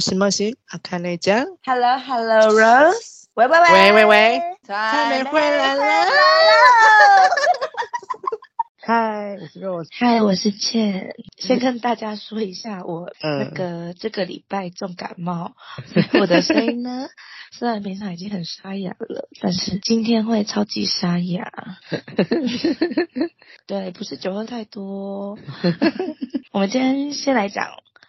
西莫西阿卡内酱， Hello Hello Rose，喂喂喂喂喂喂，草莓草莓回回来来了了！嗨，我是 Rose。嗨，我是倩，先跟大家说一下，我嗯那个这个礼拜重感冒， 我的声音呢，虽然平常已经很沙哑了，但是今天会超级沙哑。对，不是酒喝太多哦。 我们今天先来讲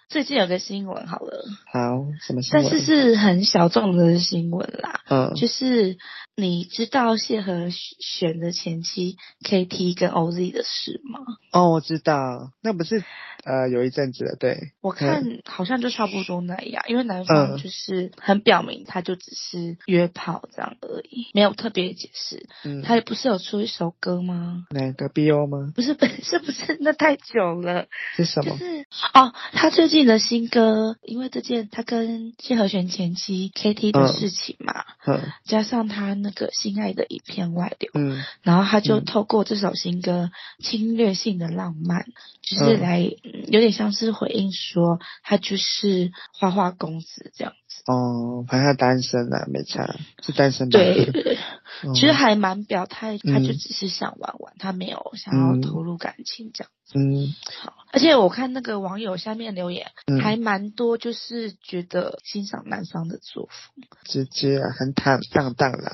最近有个新闻好了，好，什么新但闻？是是很小众的新闻啦。嗯，就是你知道谢和弦的前妻 KT 跟 OZ 的事吗？哦，我知道，那不是呃有一阵子了，对，我看好像就差不多那样，因为男方嗯就是很表明他就只是约炮这样而已，没有特别解释。嗯，他不是有出一首歌吗？哪个 BO 吗？不是， 不是，不是，那太久了。是什就么？是哦，他最近的新歌，因为这件他跟谢和弦前妻 KT 的嗯事情嘛，嗯加上他那个心爱的影片外流，嗯然后他就嗯透过这首新歌《侵略性的浪漫》，就是嗯来、嗯有点像是回应说他就是花花公子这样子。哦，反正他单身了，没差，是单身吧？对， 嗯， 其实还蛮表态，他就嗯只是想玩玩，他没有想要嗯投入感情这样。嗯而且我看那个网友下面留言、嗯还蛮多，就是觉得欣赏男方的作风。直接啊很坦荡荡啦，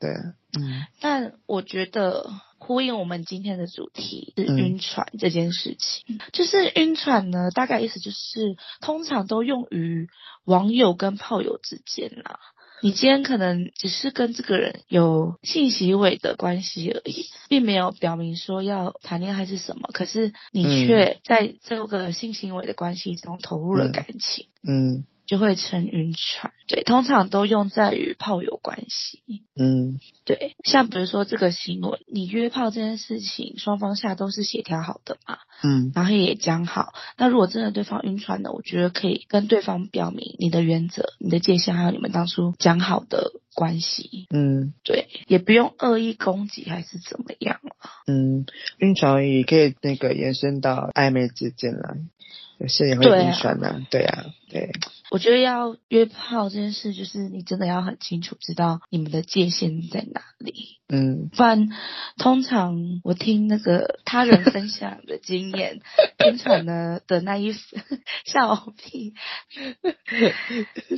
对啊，嗯但我觉得呼应我们今天的主题是嗯晕船这件事情，就是晕船呢，大概意思就是通常都用于网友跟炮友之间啦、你今天可能只是跟这个人有性行为的关系而已，并没有表明说要谈恋爱是什么，可是你嗯却在这个性行为的关系中投入了嗯感情。嗯就会成晕船，对，通常都用在于炮友关系。嗯对，像比如说这个行为，你约炮这件事情，双方下都是协调好的嘛，嗯然后也讲好。那如果真的对方晕船了，我觉得可以跟对方表明你的原则、你的界限，还有你们当初讲好的关系。嗯对，也不用恶意攻击还是怎么样啊。嗯，晕船也可以那个延伸到暧昧之间啦，有些也会对啊晕船啦，对啊，对，我觉得要约炮这件事，就是你真的要很清楚知道你们的界限在哪里。嗯不然，通常我听那个他人分享的经 验，晕船呢的那一笑屁，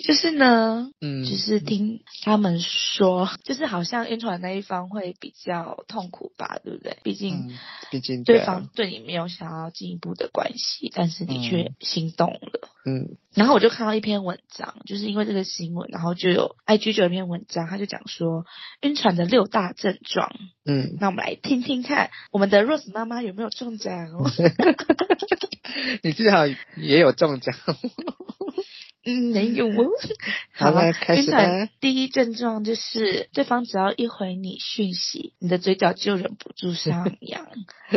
就是呢，嗯，就是听他们说，就是好像晕船那一方会比较痛苦吧，对不对？毕竟嗯，毕竟对啊方对你没有想要进一步的关系，但是你却嗯心动了。嗯然后我就看到一篇文章，就是因为这个新闻，然后就有 IG 就有一篇文章，他就讲说晕船的六大症状。嗯，那我们来听听看，我们的 Rose 妈妈有没有中奖 哦？ 你至少也有中奖。嗯，没有哦。好啊那开始晕船吧第一症状就是，对方只要一回你讯息，你的嘴角就忍不住上 扬，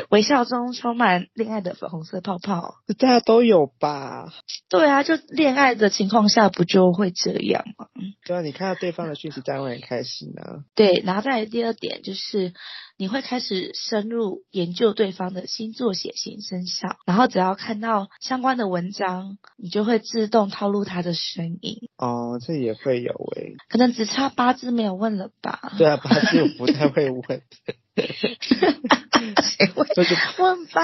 微笑中充满恋爱的粉红色泡泡。 大家都有吧？对啊，就恋爱的情况下不就会这样吗？对啊，你看到对方的讯息，当然会很开心啊。对，然后再来第二点就是，你会开始深入研究对方的星座、血型、生肖，然后只要看到相关的文章，你就会自动套路他的声音，哦，这也会有诶、可能只差八字没有问了吧？对啊，八字我不太会问， 谁会所以就问吧？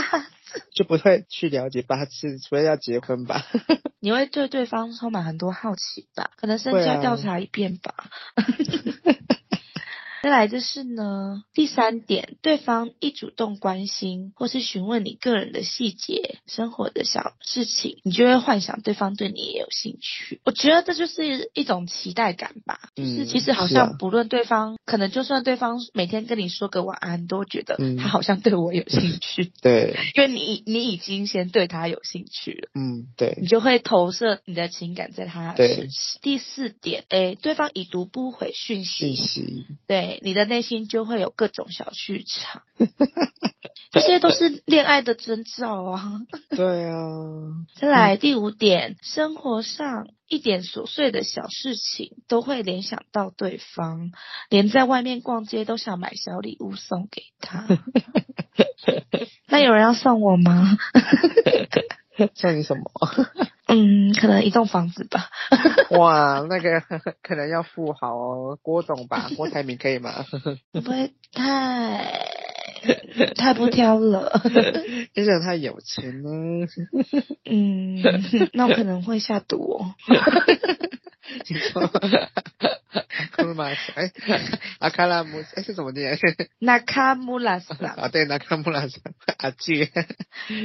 就不会去了解八字，除非要结婚吧。 你会对对方充满很多好奇吧？可能身会家啊调查一遍吧。 再来就是呢，第三点，对方一主动关心或是询问你个人的细节、生活的小事情，你就会幻想对方对你也有兴趣。我觉得这就是一种期待感吧，就是嗯其实好是啊像不论对方，可能就算对方每天跟你说个晚安，都会觉得嗯他好像对我有兴趣，对，因为你你已经先对他有兴趣了。嗯，对你，就会投射你的情感在他对身上。第四点，诶，对方已读不回讯讯息，息，对你的内心就会有各种小剧 场，这些都是恋爱的征兆啊。对啊，再嗯来第五点，生活上一点琐碎的小事情都会联想到对方，连在外面逛街都想买小礼物送给 他。那有人要送我吗？像你什么？ 嗯，可能一栋房子吧。哇，那个 可能要富豪哦，郭董吧，郭台铭可以吗？ 会不会太 太不挑了？真的太有钱了， 嗯，那我可能会下毒哦。 你说阿库鲁马斯，哎，阿卡拉姆斯，哎，是怎么念？那卡穆拉斯 啊，对，那卡穆拉斯阿季，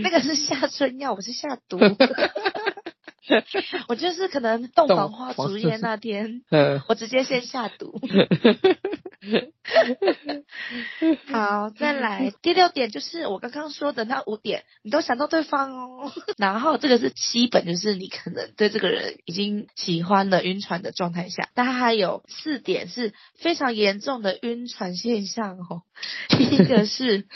那个是下春药，我是下 毒。我就是可能洞洞房花房烛夜那天，嗯，我直接先下毒。好，再来第六点就是我刚刚说的那五点，你都想到对方哦。 然后这个是基本，就是你可能对这个人已经喜欢了、晕船的状态下，但还有四点是非常严重的晕船现象哦。第一个是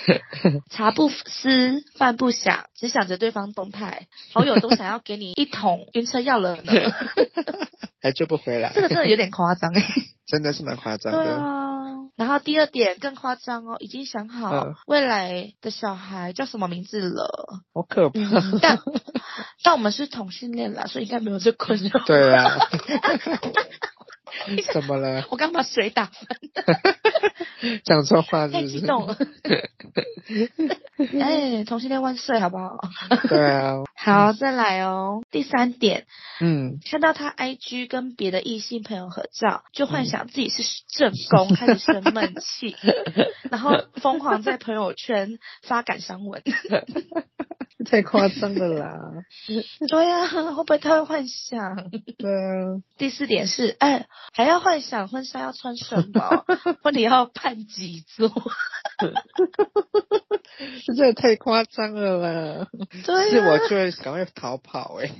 茶不思饭不想，只想着对方动态，好友都想要给你一桶晕车药了呢。 还救不回来 这，个真的有点夸张哎、 真的是蛮夸张对的。啊。然后第二点更夸张哦，已经想好嗯未来的小孩叫什么名字了。好可怕！嗯 但但我们是同性恋啦，所以应该没有这困扰。对 啊，怎么了？我刚把水打翻，讲错话是太不是激？动了。哎，同性恋万岁，好不好？对啊，好，再来哦。第三点，嗯，看到他 IG 跟别的异性朋友合照，就幻想自己是正宫，开始生闷气，然后疯狂在朋友圈发感伤文。太夸张了啦。对啊，会不会太会幻想？对啊，第四点是，哎，还要幻想婚纱要穿什么，婚礼要办几桌。这真的太夸张了啦。对、啊，哦是我就会赶快逃跑哎、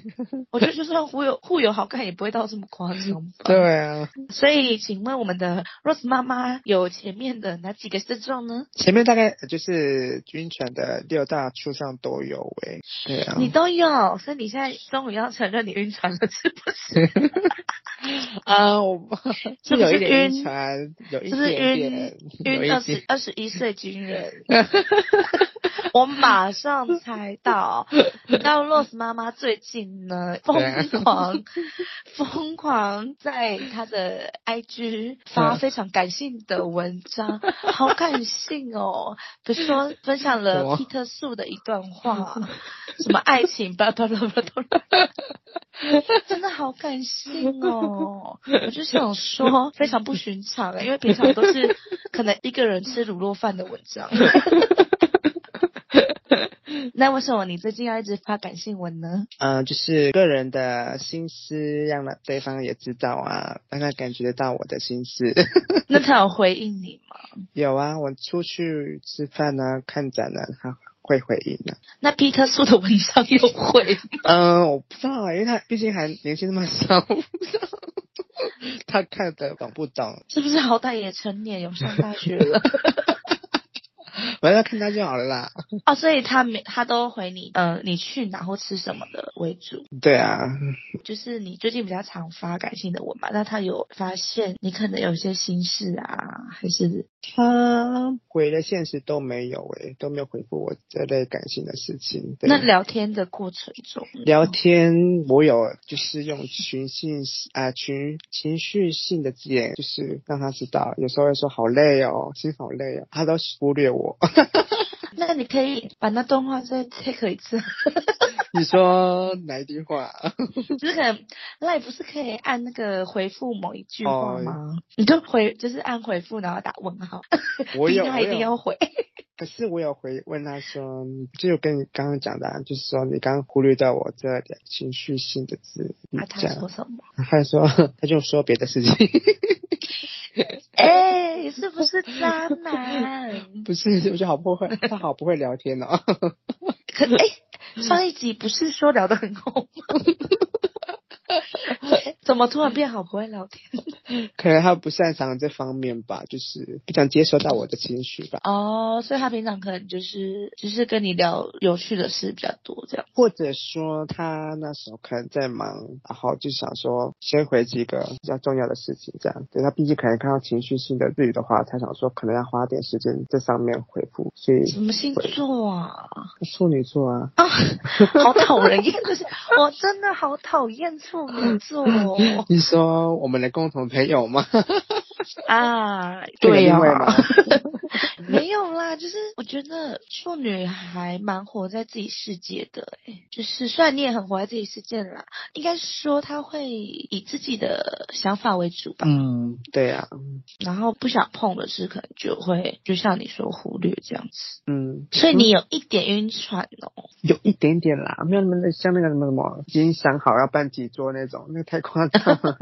我觉得就算互有互有好看，也不会到这么夸张吧。对啊，所以，请问我们的 Rose 妈妈有前面的哪几个症状呢？前面大概就是军犬的六大处上都有哎、对啊，你都有，所以你现在终于要承认你晕船了，是不是？啊，我是是不是有一点晕晕船，有一是不是点晕点， 有晕一二点十。二十一岁军人。我马上猜到，到 Rose 妈妈最近呢，疯狂疯狂在她的 IG 发嗯非常感性的文章，好感性哦。比如说分享了什么皮特树的一段话， 什么爱情吧吧吧吧吧吧。真的好感性哦！我就想说，非常不寻常、欸，因为平常都是可能一个人吃卤肉饭的文章。 那为什么你最近要一直发感性文呢？嗯，就是个人的心思，让了对方也知道啊，让他感觉得到我的心思。 那他有回应你吗？有啊，我出去吃饭啊，看展啊，他会回应啊的、那皮特叔的文章有回 吗？嗯，我不知道啊，因为他毕竟还年纪那么小，我不知道 他看得懂不懂，是不是好歹也成年有上大学了我要看他就好了啦。哦？所以他没他都回你，呃，你去哪或吃什么的为主。对啊，就是你最近比较常发感性的文嘛，那他有发现你可能有一些心事啊，还是他回的现实都没有诶、都没有回复我这类感性的事情。对那聊天的过程中呢，聊天，我有就是用群性啊、群情绪性的字眼，就是让他知道，有时候会说好累哦，心好累哦，他都忽略我。 那你可以把那段话再 take 一次， 你说哪一句话？就是可能那也不是可以按那个回复某一句话哦吗？你就回就是按回复，然后打问号，我 有，逼他我一定有要。回。可是我有回问他说，就跟你刚刚讲的、啊，就是说你刚刚忽略掉我这点情绪性的字， 那、嗯这啊他样说，什么？他说 他就说别的事情，哎、是不是渣 男？不是，我觉得好不会，他好不会聊天哦。可哎、上一集不是说 聊得很好吗？怎么突然变好不会聊天？可能他不擅长这方面吧，就是不想接收到我的情绪吧，哦，所以他平常可能就是就是跟你聊有趣的事比较多这样。或者说他那时候可能在忙，然后就想说先回几个比较重要的事情这样。对他毕竟可能看到情绪性的字语的话，他想说可能要花点时间这上面回复，所以什么星座啊？ 处女座啊，啊，好讨人厌的是， 我真的好讨厌处女座 哦你说我们的共同朋友吗？啊！这对个 呀、因为吗？没有啦，就是我觉得处女还蛮活在自己世界的、欸，就是虽然你也很活在自己世界啦，应该是说他会以自己的想法为主吧，嗯，对呀、啊，然后不想碰的事可能就会就像你说忽略这样子，嗯，所以你有一点晕船哦，有一点点啦，没有那么那像那个什么什么，已经想好要办几桌那种，那个太夸张了。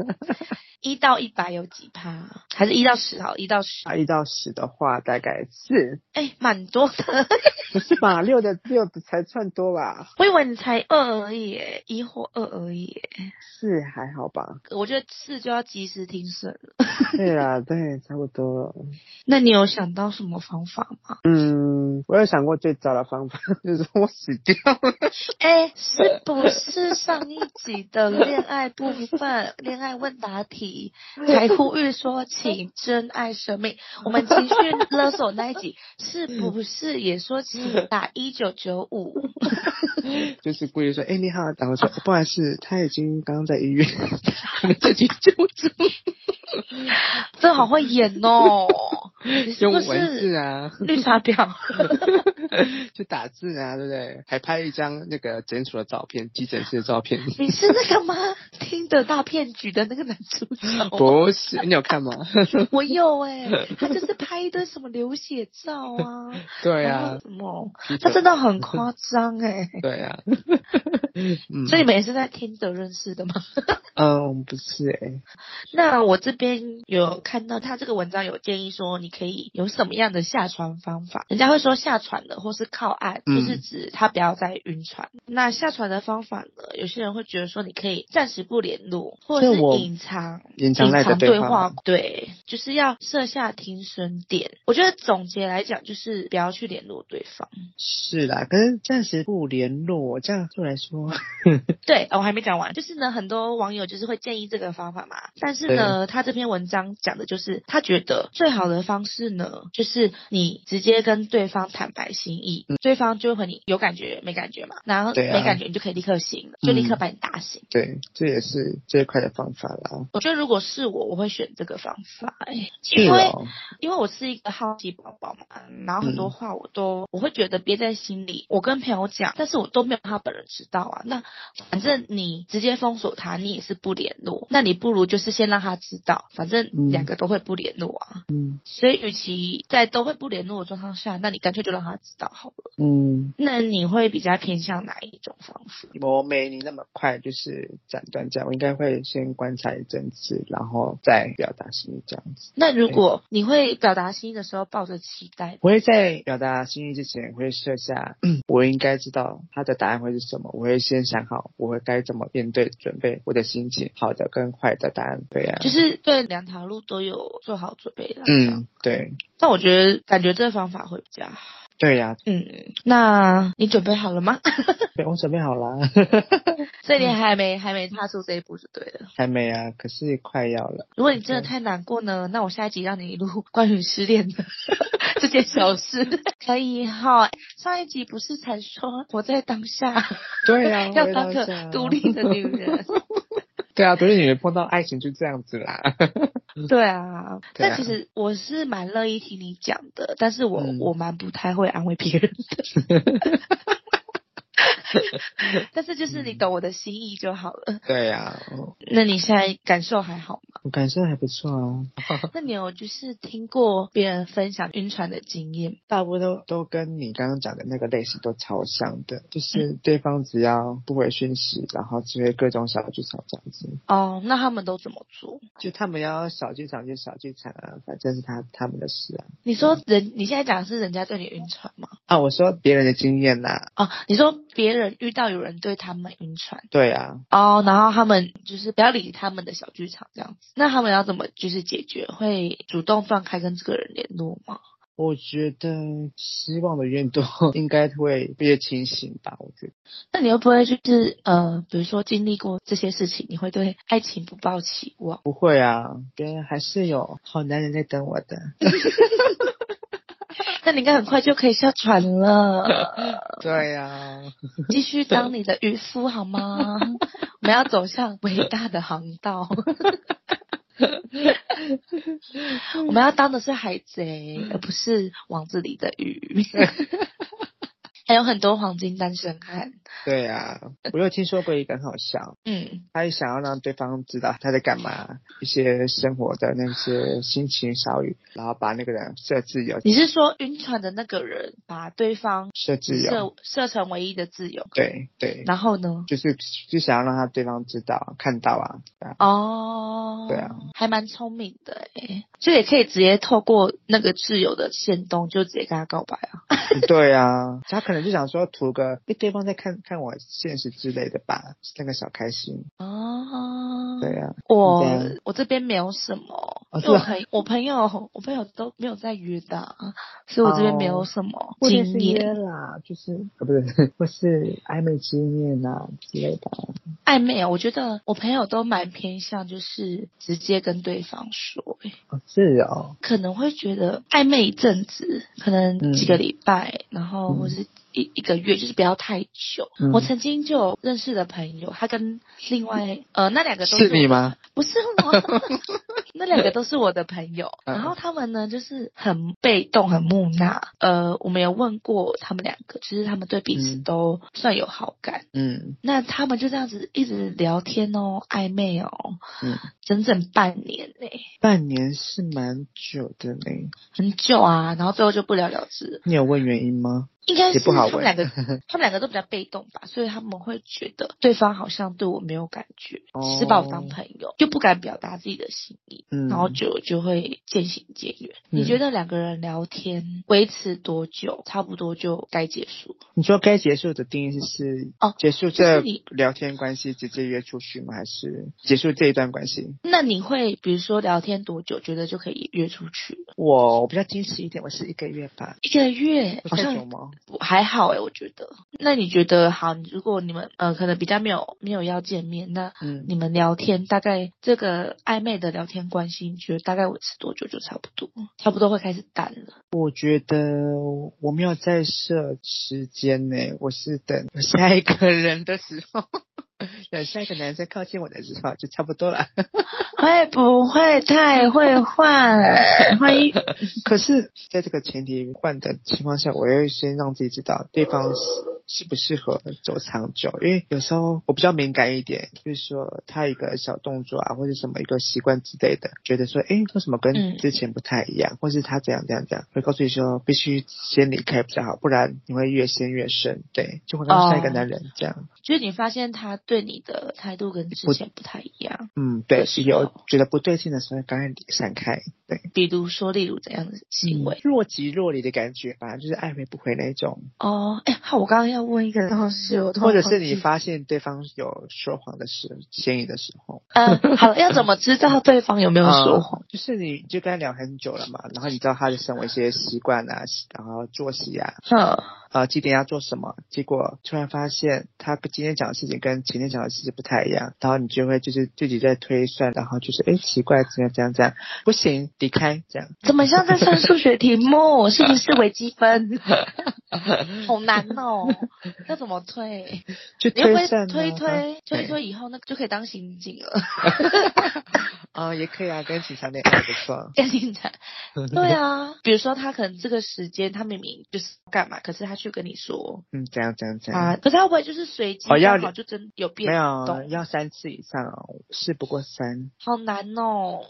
一到一百有几趴？啊还是一到十好？一到十，啊，一到十的话大概四，哎，蛮多的。 不是吧？六的六的才算多吧？我以为你才二而已耶，一或二而已耶。四还好吧？我觉得四就要及时停损了。对啦，对，差不多了。那你有想到什么方法吗？嗯，我有想过最糟的方法， 就是我死掉了。哎，是不是上一集的恋爱部分，恋爱问答 题才呼吁说，请珍爱生命？我们情绪勒索那 一集是嗯不是也说请打一九九五？就是故意说，哎、你好，然后说不好意思，他已经刚刚在医院， 可能自己救助，这好会演 哦！你是用不文字是啊， 绿茶婊？就打字啊，对不对？还拍一张那个诊所的照片，急诊室的照片。你是那个吗？听的大骗局的那个男主角？不是，你有看 吗？我有哎、 他就是拍一堆什么流血照啊，对然后啊，什么，急诊他真的很夸张哎。对 啊，嗯，所以你们也是在听的认识的吗？ 嗯，不是哎、那我这边有看到他这个文章有建议说，你可以有什么样的下船方法？人家会说下船的或是靠岸，嗯就是指他不要再晕船。那下船的方法呢？有些人会觉得说，你可以暂时不联络，或者所以是我隐藏隐藏赖的对话，，对，就是要设下停损点。我觉得总结来讲，就是不要去联络对方。是啦，可是暂时不联络，这样对我来说， 对，呃我还没讲完，就是呢，很多网友就是会建议这个方法嘛，但是呢，他这篇文章讲的就是他觉得最好的方式呢，就是你直接跟对方坦白心意，对方就会和你有感觉没感觉嘛，然后嗯对啊嗯没感觉你就可以立刻醒了，就立刻把你打醒。对，这也是最快的方法啦。我觉得如果是我，我会选这个方法、欸，是因为哦，因为我是一个好奇宝宝嘛，然后很嗯多话我都、我会觉得憋在心里，我跟朋友讲，但是我都没有让他本人知道啊。那反正你直接封锁他，你也是不联络，那你不如就是先让他知道，反正嗯两个都会不联络啊。嗯所以，与其在都会不联络的状况下，那你干脆就让他知道好了。嗯，那你会比较偏向哪一种方式？我没你那么快，就是斩断这样，我应该会先观察一阵子，然后再表达心意这样子。那如果你会表达心意的时候抱着期待，我会在表达心意之前，会设下， 嗯我应该知道他的答案会是什么。我会先想好，我会该怎么面对，准备我的心情，好的跟坏的答案。对啊，就是对两条路都有做好准备了。嗯，对，但我觉得感觉这个方法会比较好。对呀、嗯，那你准备好了吗？对我准备好啦，所以你还没还没踏出这一步就对了。 还没啊，可是快要了。如果你真的太难过呢，那我下一集让你录关于失恋的 这件小事，可以哈。上一集不是才说活在当下，对呀、 要我当也个想独立的女人。 对啊，独立女人碰到爱情就这样子啦。 对对啊，啊但其实我是蛮乐意听你讲的，但是我、嗯我蛮不太会安慰别人的。但是就是你懂我的心意就好了。对呀、哦那你现在感受还好吗？我感受还不错啊，那你有就是听过别人分享晕船的经验吗？大部分都都跟你刚刚讲的那个类型都超像的，就是对方只要不回讯息，然后只会各种小剧场这样子。哦，那他们都怎么做？就他们要小剧场就小剧场啊，反正是他他们的事啊。你说人，你现在讲的是人家对你晕船吗？啊，我说别人的经验啦、哦，你说别人遇到有人对他们晕船对啊，哦，然后他们就是不要理他们的小剧场这样子。那他们要怎么就是解决？会主动断开跟这个人联络吗？我觉得希望的越多，应该会越清醒吧。我觉得那你会不会就是呃，比如说经历过这些事情，你会对爱情不抱期望？ 不会啊，别人还是有好男人在等我的。那你应该很快就可以下船了，对啊呀、 继续当你的渔夫好吗？我们要走向伟大的航道，我们要当的是海贼，嗯而不是网子里的 鱼。还有很多黄金单身汉，对呀、我有听说过一个很好笑，嗯，他也想要让对方知道他在干嘛，一些生活的那些心情小语，然后把那个人设自由，你是说晕船的那个人把对方设自由，设设成唯一的自由？对对，然后呢？就是就想要让他对方知道看到啊，对啊哦，对啊，还蛮聪明的诶，就也可以直接透过那个挚友的线动，就直接跟他告白啊。对啊，他可能就想说图个诶对方在看看我现实之类的吧，那个小开心，哦，对啊，我你这样我这边没有什么，哦因为我是啊朋我朋友我朋友都没有在约的啊，所以我这边没有什哦么经验。啦，就是啊不是，或是暧昧经验啊之类的，暧昧啊，我觉得我朋友都蛮偏向就是直接跟对方说、诶哦是哦，可能会觉得暧昧一阵子，可能几个礼拜，然后或是一、一个月，就是不要太久。嗯我曾经就有认识的朋友，他跟另外呃那两个都是你吗？不是我，那两个都是我的朋友。嗯然后他们呢，就是很被动，很木讷。呃，我们有问过他们两个，其实他们对彼此嗯都算有好感。嗯那他们就这样子一直聊天哦，暧昧哦，嗯，整整半年呢、半年是蛮久的嘞，很久啊。然后最后就不了了之了。你有问原因吗？应该也是不好欸他们问两个，他们两个都比较被动吧，所以他们会觉得对方好像对我没有感觉，哦只是把我当朋友，就不敢表达自己的心意，嗯然后久了就会渐行渐远。嗯你觉得两个人聊天维持多久，差不多就该结束？你说该结束的定义是是哦结束就这是你聊天关系，直接约出去吗？还是结束这一段关系？那你会比如说聊天多久，觉得就可以约出去了？我比较矜持一点，我是一个月吧，一个月不好太久像吗？不还好诶、欸我觉得。那你觉得好？如果你们呃可能比较没有没有要见面，那嗯你们聊天大概这个暧昧的聊天关系，你觉得大概维持多久就差不多？差不多会开始淡了。我觉得我没有在设时间呢、我是等下一个人的时候， 等下一个男生靠近我的时候就差不多了。会不会太会换？欢迎可是在这个前提换的情况下，我要先让自己知道对方是适不适合走长久，因为有时候我比较敏感一点，就是说他一个小动作啊，或者什么一个习惯之类的，觉得说，诶，为什么嗯跟之前不太一样，或是他怎样怎样怎样，会告诉你说必须先离开比较好，不然你会越陷越深，对，就会让下一个哦男人这样， 就是你发现他对你的态度跟之前不太一样，嗯，对的时，有候觉得不对劲的时候，赶紧闪开，对。比如说例如怎样的行为？若即若离的感觉吧，就是暧昧不回那种。哦，哎、好，我刚刚要问一个东西，我突然或者是忘记你发现对方有说谎的时嫌疑的时候，呃，好，要怎么知道对方有没有说谎？ 嗯就是你就跟他聊很久了嘛，然后你知道他的生活一些习惯啊，然后作息啊，哼，呃几点要做什么，结果突然发现他今天讲的事情跟前天讲的事情不太一样，然后你就会就是自己在推算，然后就是哎奇怪怎样怎样怎样，不行离开这样，怎么像在算数学题目？是不是微积 分？好难哦，要怎么推？就你会推不会算、啊、推一推推一对推以后，那个就可以当刑警了？ 啊、也可以啊，跟警察恋爱不错，跟你讲，对啊，比如说他可能这个时间他明明就是干嘛，可是他却跟你说 嗯怎样怎样怎样啊，可是他会不会就是随机哦要刚好就真有变没有啊动？要三次以上哦，事不过三，好难哦，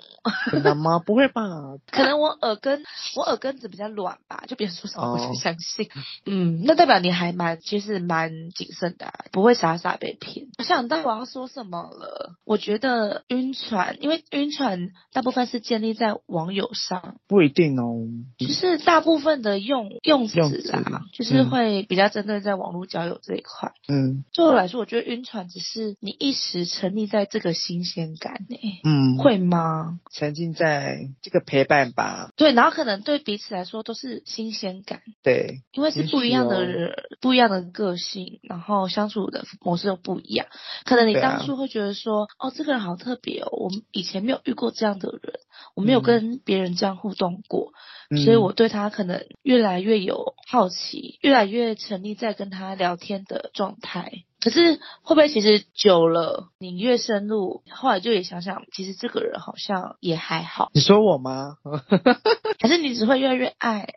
真的吗？不会吧？可能我耳根我耳根子比较软吧，就别人说什么我哦就相信。嗯，那代表你还蛮其实蛮谨慎的、啊，不会傻傻被骗。我想到我要说什么了，我觉得晕船，因为晕船大部分是是建立在网友上，不一定哦。就是大部分的用用用词词啦，就是会比较针对在网络交友这一块。嗯对我来说，我觉得晕船只是你一时沉溺在这个新鲜感内、嗯，会吗？沉浸在这个陪伴吧。对，然后可能对彼此来说都是新鲜感，对，因为是也许不一样的哦人、不一样的个性，然后相处的模式又不一样。可能你对啊当初会觉得说，哦，这个人好特别哦，我们以前没有遇过这样的人，我没有嗯跟别人这样互动过，嗯所以我对他可能越来越有好奇，越来越沉溺在跟他聊天的状态。可是会不会其实久了，你越深入，后来就也想想，其实这个人好像也还好，你说我吗？ 还是你只会越来越爱？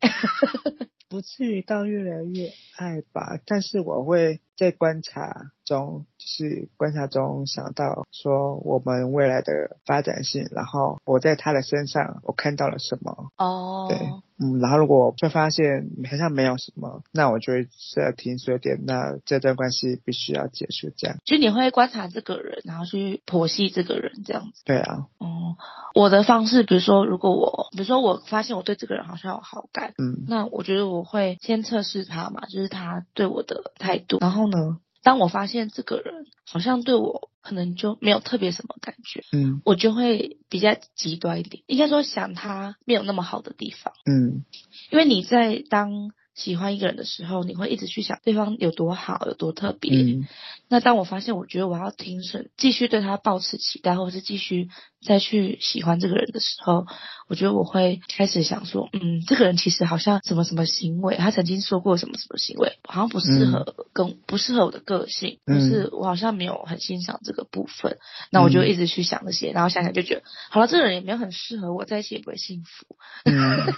不至于到越来越爱吧，但是我会在观察中，就是观察中想到说我们未来的发展性，然后我在他的身上我看到了什么，哦，对嗯，然后如果就发现好像没有什么，那我就会设停损点，那这段关系必须要结束，这样，就你会观察这个人，然后去剖析这个人这样子。对啊，哦，我的方式，比如说，如果我，比如说我发现我对这个人好像有好感，嗯，那我觉得我会先测试他嘛，就是他对我的态度。然后呢，当我发现这个人好像对我可能就没有特别什么感觉，嗯我就会比较极端一点，应该说想他没有那么好的地方。 嗯，因为你在当喜欢一个人的时候，你会一直去想对方有多好，有多特别。嗯那当我发现，我觉得我要停损，继续对他抱持期待，或者是继续再去喜欢这个人的时候，我觉得我会开始想说，嗯，这个人其实好像什么什么行为，他曾经说过什么什么行为，好像不适合跟、不适合我的个性，嗯就是我好像没有很欣赏这个部分。那我就嗯一直去想这些，然后想想就觉得，好了，这个人也没有很适合我，在一起也不会幸福，嗯，所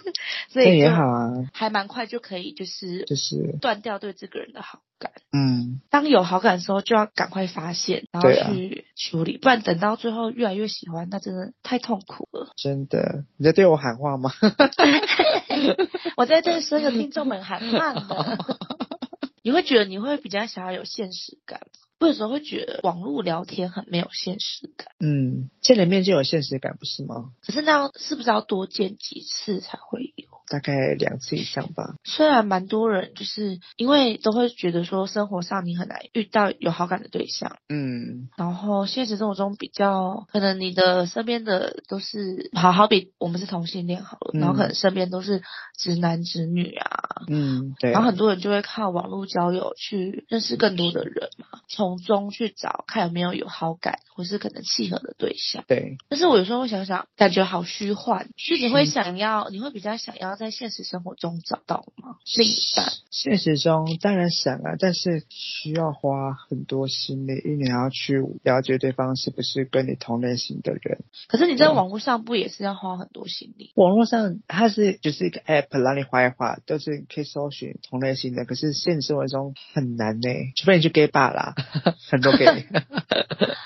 这以也就好啊，还蛮快就可以就是就是断掉对这个人的好感。嗯当有好感的时候，就要赶快发现，然后对啊。去处理，不然等到最后越来越喜欢，那真的太痛苦了 真的，你在对我喊话吗？ 我在这所有听众们喊 慢了，你会觉得你会比较想要有现实感吗，我有时候会觉得网络聊天很没有现实感，嗯，见了面就有现实感，不是吗？可是那样是不是要多见几次才会有？大概两次以上吧。虽然蛮多人就是因为都会觉得说生活上你很难遇到有好感的对象，嗯然后现实生活中比较可能你的身边的都是好好比我们是同性恋好了，嗯然后可能身边都是直男直女啊，嗯，对然后很多人就会靠网络交友去认识更多的人嘛，从中去找看有没有有好感或是可能契合的对象。对，但是我有时候会想想，感觉好虚幻，是你嗯会想要，你会比较想要在现实生活中找到吗？另一半？现实中当然想啊，但是需要花很多心力，因为你要去了解对方是不是跟你同类型的人。可是你在对网络上不也是要花很多心力？网络上它是就是一个 app 让你划一划，都是可以搜寻同类型的，可是现实生活中很难呢、除非你去 gay bar 啦， 很多 gay。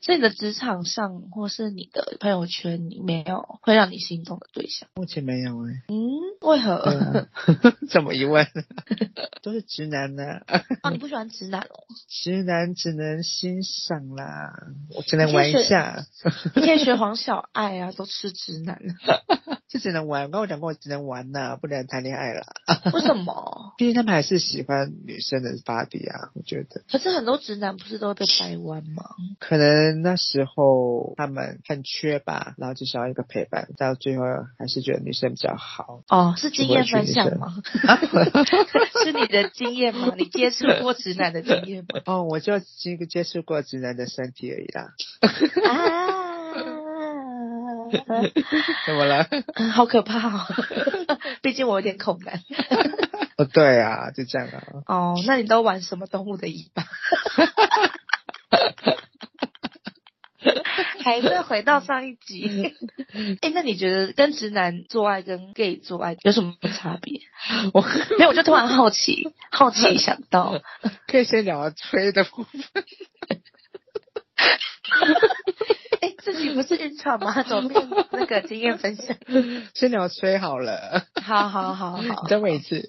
所以你的职场上或是你的朋友圈里面有会让你心动的对象？目前没有 哎、嗯，为何？对啊怎么一问？ 都是直男呢、 哦，你不喜欢直男哦？直男只能欣赏啦，我只能玩一下，你可以学黄小爱啊，都吃直男， 就只能玩。我刚我讲过，只能玩呐、不能谈恋爱啦。为什么？ 毕竟他们还是喜欢女生的 body 啊，我觉得可是很多直男不是都会被掰弯吗？可能那时候他们很缺吧，然后就想要一个陪伴，到最后还是觉得女生比较好。哦，是经验分享吗？ 是你的经验吗？你接触过直男的经验吗？哦，我就接接触过直男的身体而已啊啦，啊，怎么了？嗯好可怕哦！ 毕竟我有点恐男。哦，对啊，就这样啊。哦，那你都玩什么动物的尾 巴？还是回到上一 集。哎、那你觉得跟直男做爱跟 gay 做爱有什么差别？我没有，我就突然好奇，好奇想到，可以先聊吹的部分，哎、自己不是晕船吗？怎么变那个经验分享？先聊吹好了。 好好好好你，再问一次，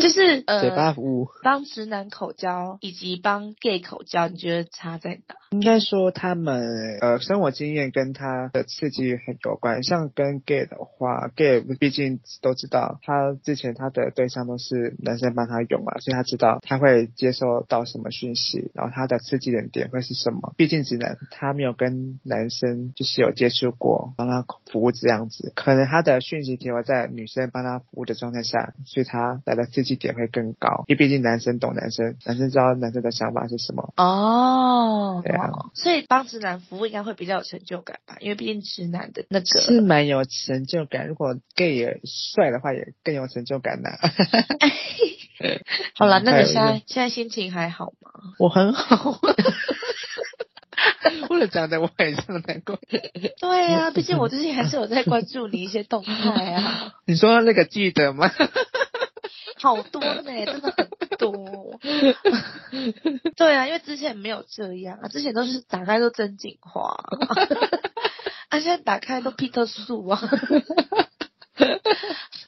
就是呃，呃嘴巴服务。帮直男口交以及帮 gay 口交，你觉得差在哪？应该说他们呃生活经验跟他的刺激很有关。像跟 gay 的话，gay 毕竟都知道他之前他的对象都是男生帮他用嘛，所以他知道他会接收到什么讯息，然后他的刺激的点会是什么。毕竟直男他没有跟男生就是有接触过，帮他服务这样子，可能他的讯息停留在女生帮他服务的状态下，所以他来的刺激点会更高。因为毕竟男生懂男生，男生知道男生的想法是什么。哦，对啊懂所以帮直男服务应该会比较有成就感吧，因为毕竟直男的那个是蛮有成就感。如果 gay 也帅的话，也更有成就感呐、 好了，那还你有现在现在心情还好吗？我很好， 为了讲的我很像难过。对啊，毕竟我最近还是有在关注你一些动态 啊，你说那个记得吗？ 好多呢，真的很多。对啊，因为之前没有这样啊，之前都是打开都真 景花，啊，现在打开都 Peter 树 啊，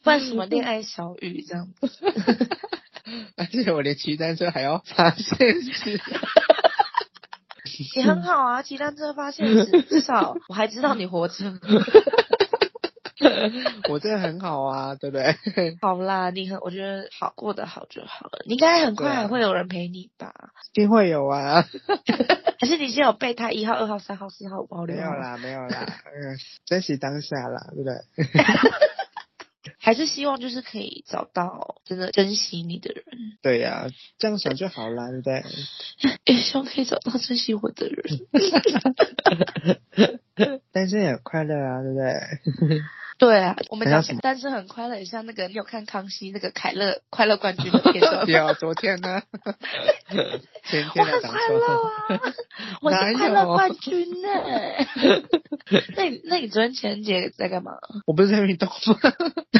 不然什么恋爱小雨这样子。而且我连骑单车还要发现是，也很好啊，嗯骑单车发现时，至少我还知道你活着。我真的很好啊，对不对？ 好啦，你很，我觉得好过得好就好了。你应该很快对啊还会有人陪你 吧？一定会有啊，还是你先有备胎一号、二号、三号、四号、五啊号、没六有号？啦，没有啦，嗯，珍惜当下啦，对不对？还是希望就是可以找到真的珍惜你的人，对呀、这样想就好啦，对不对？也希望可以找到珍惜我的嗯人。单身也很快乐啊，对不对？对啊，我们还有讲什么单身很快乐，也像那个你有看康熙那个凯乐快乐冠军的片 段吗？有昨天呢，前我天很的早快说。乐啊！我哪是有快乐冠军呢、 那你那你昨天情人节在干嘛？我不是在运动吗？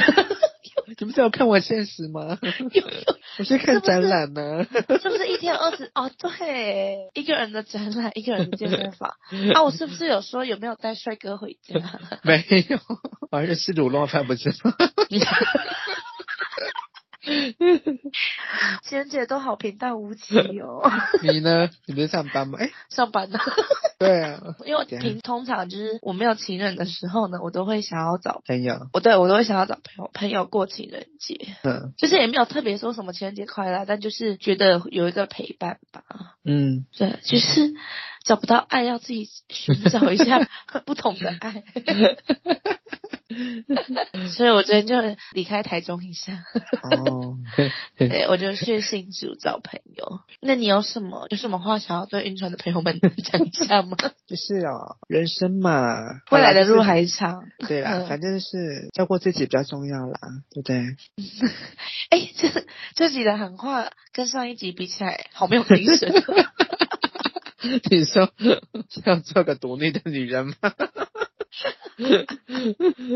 你不是有看我现实吗？我在看展览呢。是不是一天二十？哦，对，一个人的展览，一个人的健身房。啊，我是不是有说有没有带帅哥回家？ 没有，我还是吃卤肉饭不是吗？情人节都好平淡无奇哦，你呢？你不是上班吗？哎、上班呢、对啊，因为我平通常就是我没有情人的时候呢，我都会想要找。朋友，我对我都会想要找朋友朋友过情人节，嗯就是也没有特别说什么情人节快乐，但就是觉得有一个陪伴吧。嗯，对，就是找不到爱，要自己寻找一下 不同的爱。 所以我昨天就离开台中一下，哦，对我就去新竹找朋友。那你有什么有什么话想要对晕船的朋友们讲一下吗？就是哦，人生嘛， 未来的好路啦还长。就是对啦，嗯反正就是照顾自己比较重要啦，对不对？哎，这这集的喊话跟上一集比起来，好没有精 神。你说 要做个独立的女人吗？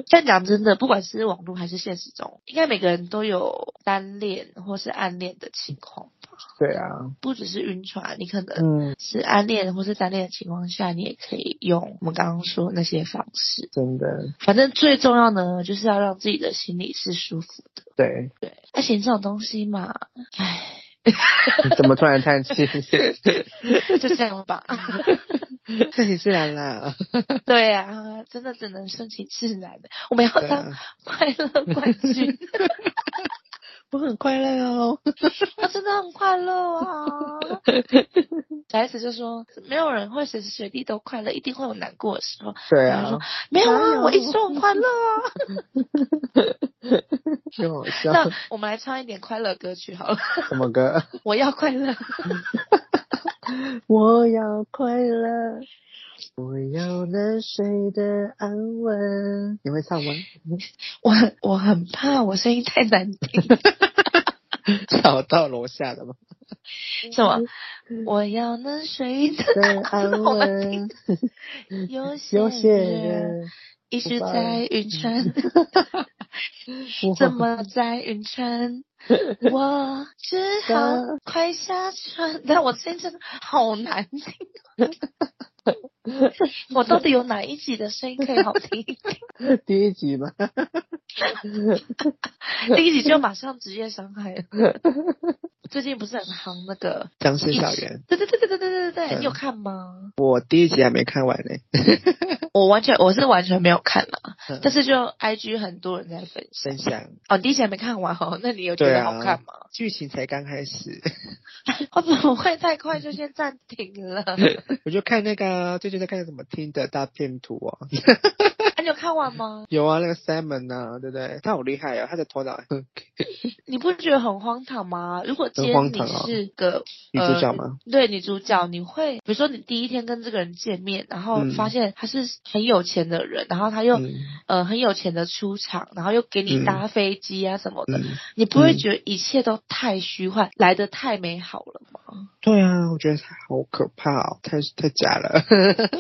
但讲真的，不管是网络还是现实中，应该每个人都有单恋或是暗恋的情况吧？对啊，不只是晕船，你可能嗯，是暗恋或是单恋的情况下，你也可以用我们刚刚说的那些方式。真的，反正最重要呢，就是要让自己的心里是舒服的。 对，对，爱情这种东西嘛，唉，你怎么突然叹气？ 就这样吧。 顺其自然啦。对啊，真的只能顺其自然的。我们要对当啊快乐冠军， 我很快乐哦。他真的很快乐 啊。小 S 就说，没有人会随时随地都快乐，一定会有难过的时候。 对然后啊说，没有哪啊，有我一直都很快乐啊。挺 好笑。那我们来唱一点快乐歌曲好了。 什么歌？我要快乐，我要快乐，我要能睡得安稳。你会 唱吗？ 我我很怕我声音太难听。找到楼下了吗？什么？我要能睡得的安安稳稳。嗯有些有些人人一直在晕船，我 怎么在晕 船？我只好快下船。 但我声音真的好难 听。 我到底有哪一集的声音可以好听一点？第一集吗？ 第一集就马上职业伤害了。最近不是很夯那个？僵尸校园，对对对对对对对对，嗯你有看吗？我第一集还没看完呢、我完全我是完全没有看啦，嗯但是就 IG 很多人在分享。分享哦，你第一集还没看完哦， 那你有觉对得啊好看吗？剧情才刚开始，我啊哦怎么会太快就先暂停 了？啊我就看那个啊最近在看什么听的大片图哦，啊，你有看完吗？有啊，那个 Simon 啊，对不对？他好厉害啊，他的头脑嗯你不觉得很荒唐吗？如果今很荒天唐你啊是个、呃女主角吗？对女主角，你会比如说你第一天跟这个人见面，然后嗯发现他是很有钱的人，然后他又、嗯呃很有钱的出场，然后又给你搭飞机啊什么的，嗯，你不会嗯觉得一切都太虚幻，来的太美好了吗？对啊，我觉得他好可怕哦，太太假了。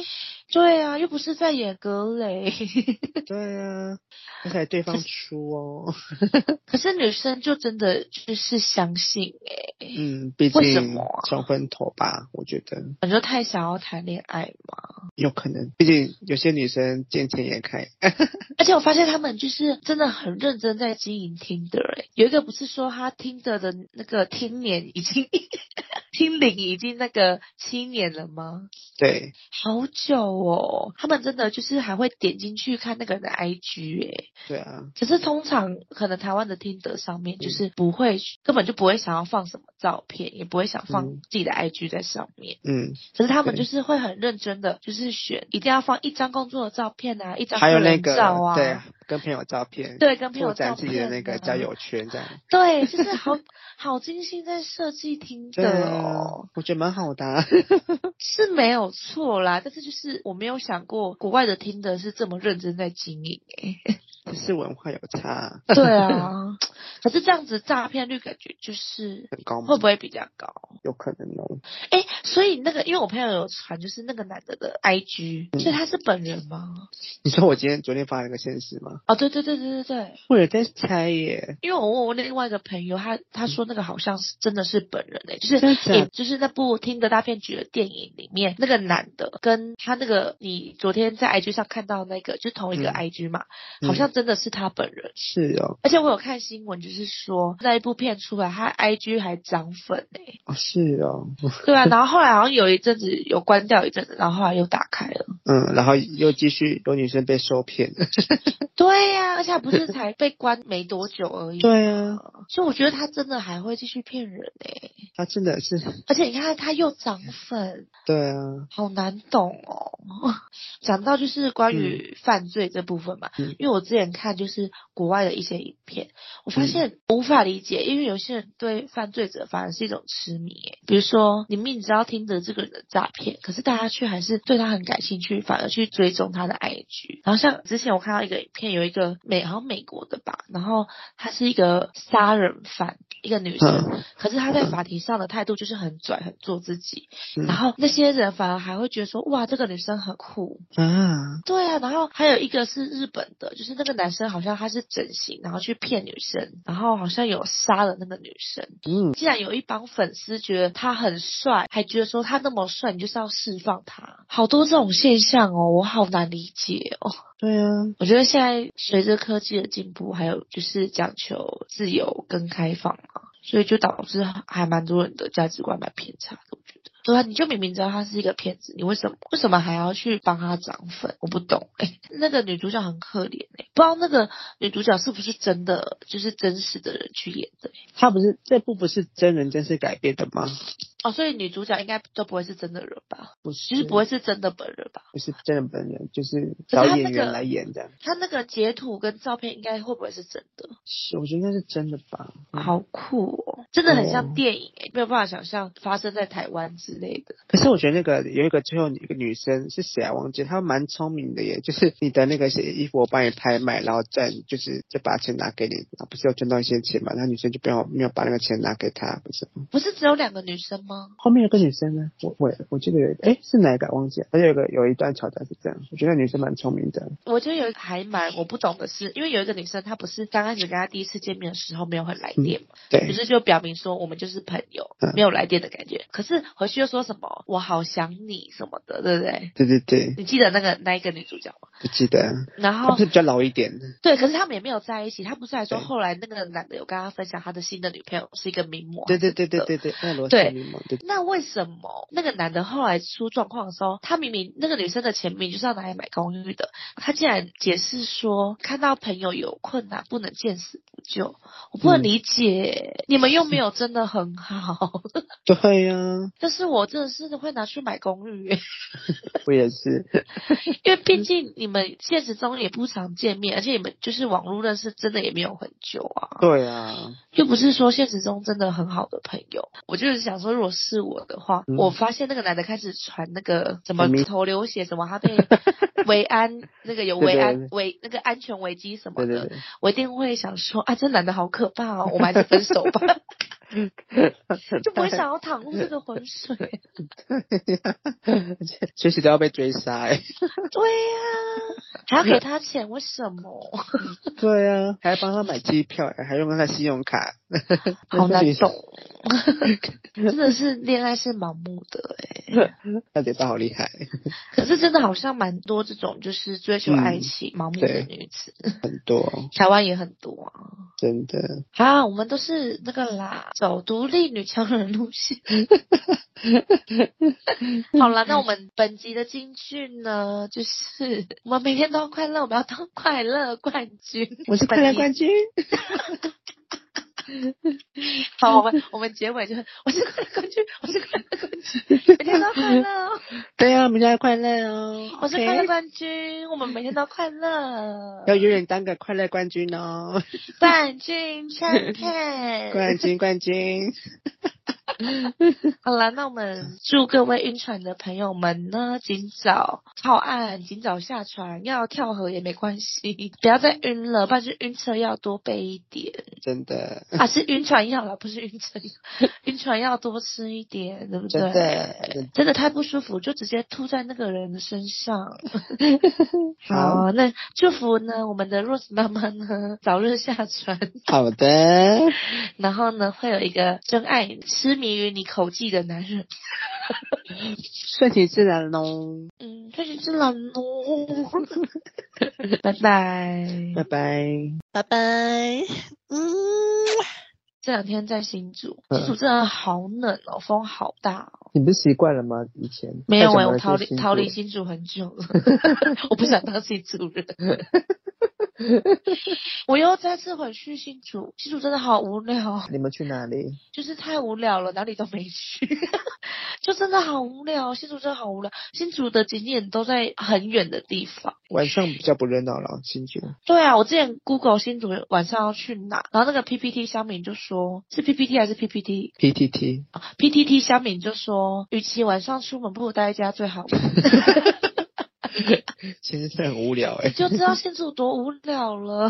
对啊，又不是在演格雷， 对啊，而且对方出哦，可是女生就真的就是相信哎、嗯，毕为什竟么啊冲昏头吧，我觉得你就太想要谈恋爱嘛。有可能，毕竟有些女生见钱眼开，而且我发现他们就是真的很认真在经营听的哎，有一个不是说他听的的那个听年已经 听龄已经那个七年了吗？对，好久哦，他们真的就是还会点进去看那个人的 IG 哎，对啊，可是通常可能台湾的听得嗯上面就是不会、根本就不会想要放什么照片，也不会想放嗯自己的 IG 在上面。嗯，可是他们对就是会很认真的，就是选一定要放一张工作的照片啊，一张还有个那人个照啊，对，跟朋友照片，对跟朋友拓展照自片、啊、己的那个交，友圈这样，对，就是好 好精心在设计听对的啊哦，，我觉得蛮好的啊，是没有错啦，但是就是我没有想过国外的听的是这么认真在经营诶、只是文化有差， 对啊，可是这样子诈骗率感觉就是。很高吗会？不会比较高？有可能哦，哎、所以那个，因为我朋友有传，就是那个男的的 IG，、所嗯以他是本人吗？你说我今天昨天发了个现实吗？哦，对对对对对对，我也在猜耶，因为我问我另外一个朋友，他他说那个好像是真的是本人诶、就是真的假的也就是那部《听的大骗局》的电影里面那个男的跟他那个你昨天在 IG 上看到那个，就同一个嗯 IG 嘛，嗯好像真的是他本人。是哦，而且我有看新闻，就是说那一部片出来，他 IG 还涨粉欸诶、哦是哦，对 啊，然后后来好像有一阵子有关掉一阵子，然后后来又打开了。嗯，然后又继续有女生被受骗， 对呀、而且他不 是才被关没多久而已。对啊，所以我觉得他真的还会继续骗人诶、他真的是，而且你看他又涨粉， 对啊，好难懂哦。 讲到就是关于犯罪这部分嘛，嗯因为我之前看就是国外的一些影片，我发现无法理解，因为有些人对犯罪者反而是一种痴迷耶。比如说，你明知道听着这个人的诈骗，可是大家却还是对他很感兴趣，反而去追踪他的 IG。然后像之前我看到一个影片，有一个美好像美国的吧，然后她是一个杀人犯，一个女生，可是她在法庭上的态度就是很拽，很做自己。嗯然后那些人反而还会觉得说，哇，这个女生很酷。啊，对啊，然后还有一个是日本的，就是那个男生好像他是整形，然后去骗女生，然后好像有杀了那个女生。嗯，竟然有一帮粉丝觉得他很帅，还觉得说他那么帅，你就是要释放他。好多这种现象哦，我好难理解哦。对啊，我觉得现在随着科技的进步，还有就是讲求自由跟开放嘛，所以就导致还蛮多人的价值观蛮偏差的。我觉得，对啊，你就明明知道他是一个骗子，你为什么为什么还要去帮他涨粉？我不懂哎、那个女主角很可怜哎、不知道那个女主角是不是真的就是真实的人去演的、他不是这部不是真人真事改编的吗？哦，所以女主角应该都不会是真的人吧？不，就是是不会是真的本人吧？不是真人本人，就是可是他找那个演员来演的，她那个截图跟照片应该会不会是真的？是我觉得应该是真的吧，嗯好酷哦，真的很哦像电影诶、欸没有办法想象发生在台湾之类的。可是我觉得那个有一个最后一个女生是谁啊？忘记，她蛮聪明的耶，就是你的那个衣服我帮你拍卖，然后再就是就把钱拿给你，啊不是有赚到一些钱嘛？那女生就不要没有把那个钱拿给她，不是？不是只有两个女生吗？后面有个女生呢，我我我记得有一个，哎，是哪一个忘记了？而且有个有一段桥段是这样，我觉得女生蛮聪明的，我觉得有还蛮我不懂的是，因为有一个女生她不是刚开始跟她第一次见面的时候没有很来电嘛，于嗯对，是就表明说我们就是朋友，嗯没有来电的感觉。可是回去又说什么我好想你什么的，对不对？对对对，你记得那个那一个女主角吗？不记得，然她后不是比较老一点，对，可是他们也没有在一起。他不是还说对后来那个男的有跟他分享他的新的女朋友是一个名模？对对对对对对，那罗对西尼嘛，对那为什么那个男的后来出状况的时候，他明明那个女生的钱明明就是要拿来买公寓的，他竟然解释说看到朋友有困难不能见死不救，我不能嗯理解，你们又没有真的很好，对呀、但是我真的是会拿去买公寓耶， 我也是，因为毕竟你们现实中也不常见面，而且你们就是网络认识真的也没有很久啊，对啊，又不是说现实中真的很好的朋友，我就是想说，如果是我的话，嗯我发现那个男的开始传那个什么很明头流血，什么 他被维安那个有对对维安对维那个安全危机什么对的，对对，我一定会想说啊，这男的好可怕哦，我们还是分手 吧，就不会想要淌入这个浑水。 随时都要被追杀、欸，对呀、还要给他钱，为什么？对啊呀、还要帮他买机票、还用他的信用 卡，好难女生懂，真的是恋爱是盲目的哎、 那嘴巴好厉害，可是真的好像蛮多这种就是追求爱情、盲目的对女子，很多，台湾也很多啊。真的，啊，我们都是那个啦，走独立女强人路线。好啦，那我们本集的金句呢，就是我们每天都要快乐，我们要当快乐冠军。我是快乐本冠军，集。好，我们我们结尾就是我是快乐冠军，我是快乐冠军，每天都要快乐哦， 对啊呀、我们要快乐哦， 我是快乐 OK 冠军，我们每天都快乐。要永远当个快乐冠军 哦，冠军参配。冠军冠军，好了，那我们祝各位晕船的朋友们呢，尽早靠岸，尽早下船，要跳河也没关系，不要再晕了，不然就晕车药多备一点真的，啊，是晕船药啦，不是晕车药， 晕船药多吃一点，对不真对？的，真的真的太不舒服，就直接吐在那个人的身 上。好好，那祝福呢，我们的 Rose 妈妈呢，早日下船，好的，然后呢，会有一个真爱痴迷于你口技的男人。顺其自然 喽，嗯，确实是懒哦。 拜拜。拜拜。 拜拜。嗯，这两天在新竹，嗯新竹真的好冷哦，风好大哦。你不是习惯了吗？以前没有哎、哎、我逃离新竹逃离新竹很久了， 我不想当新竹 人。我又再次回去新竹，新竹真的好无聊哦，你们去哪里？就是太无聊了，哪里都没去， 就真的好无聊。新竹真的好无聊，新竹的景点都在很远的地方。晚上比较不热闹了，新竹。对啊，我之前 Google 新竹晚上要去哪，然后那个 PPT 乡民就说是 PPT 还是 PPT PTT 啊 PTT 乡民就说，与其晚上出门，不如待在家最好。 其实是很无聊哎、就知道新竹多无聊了。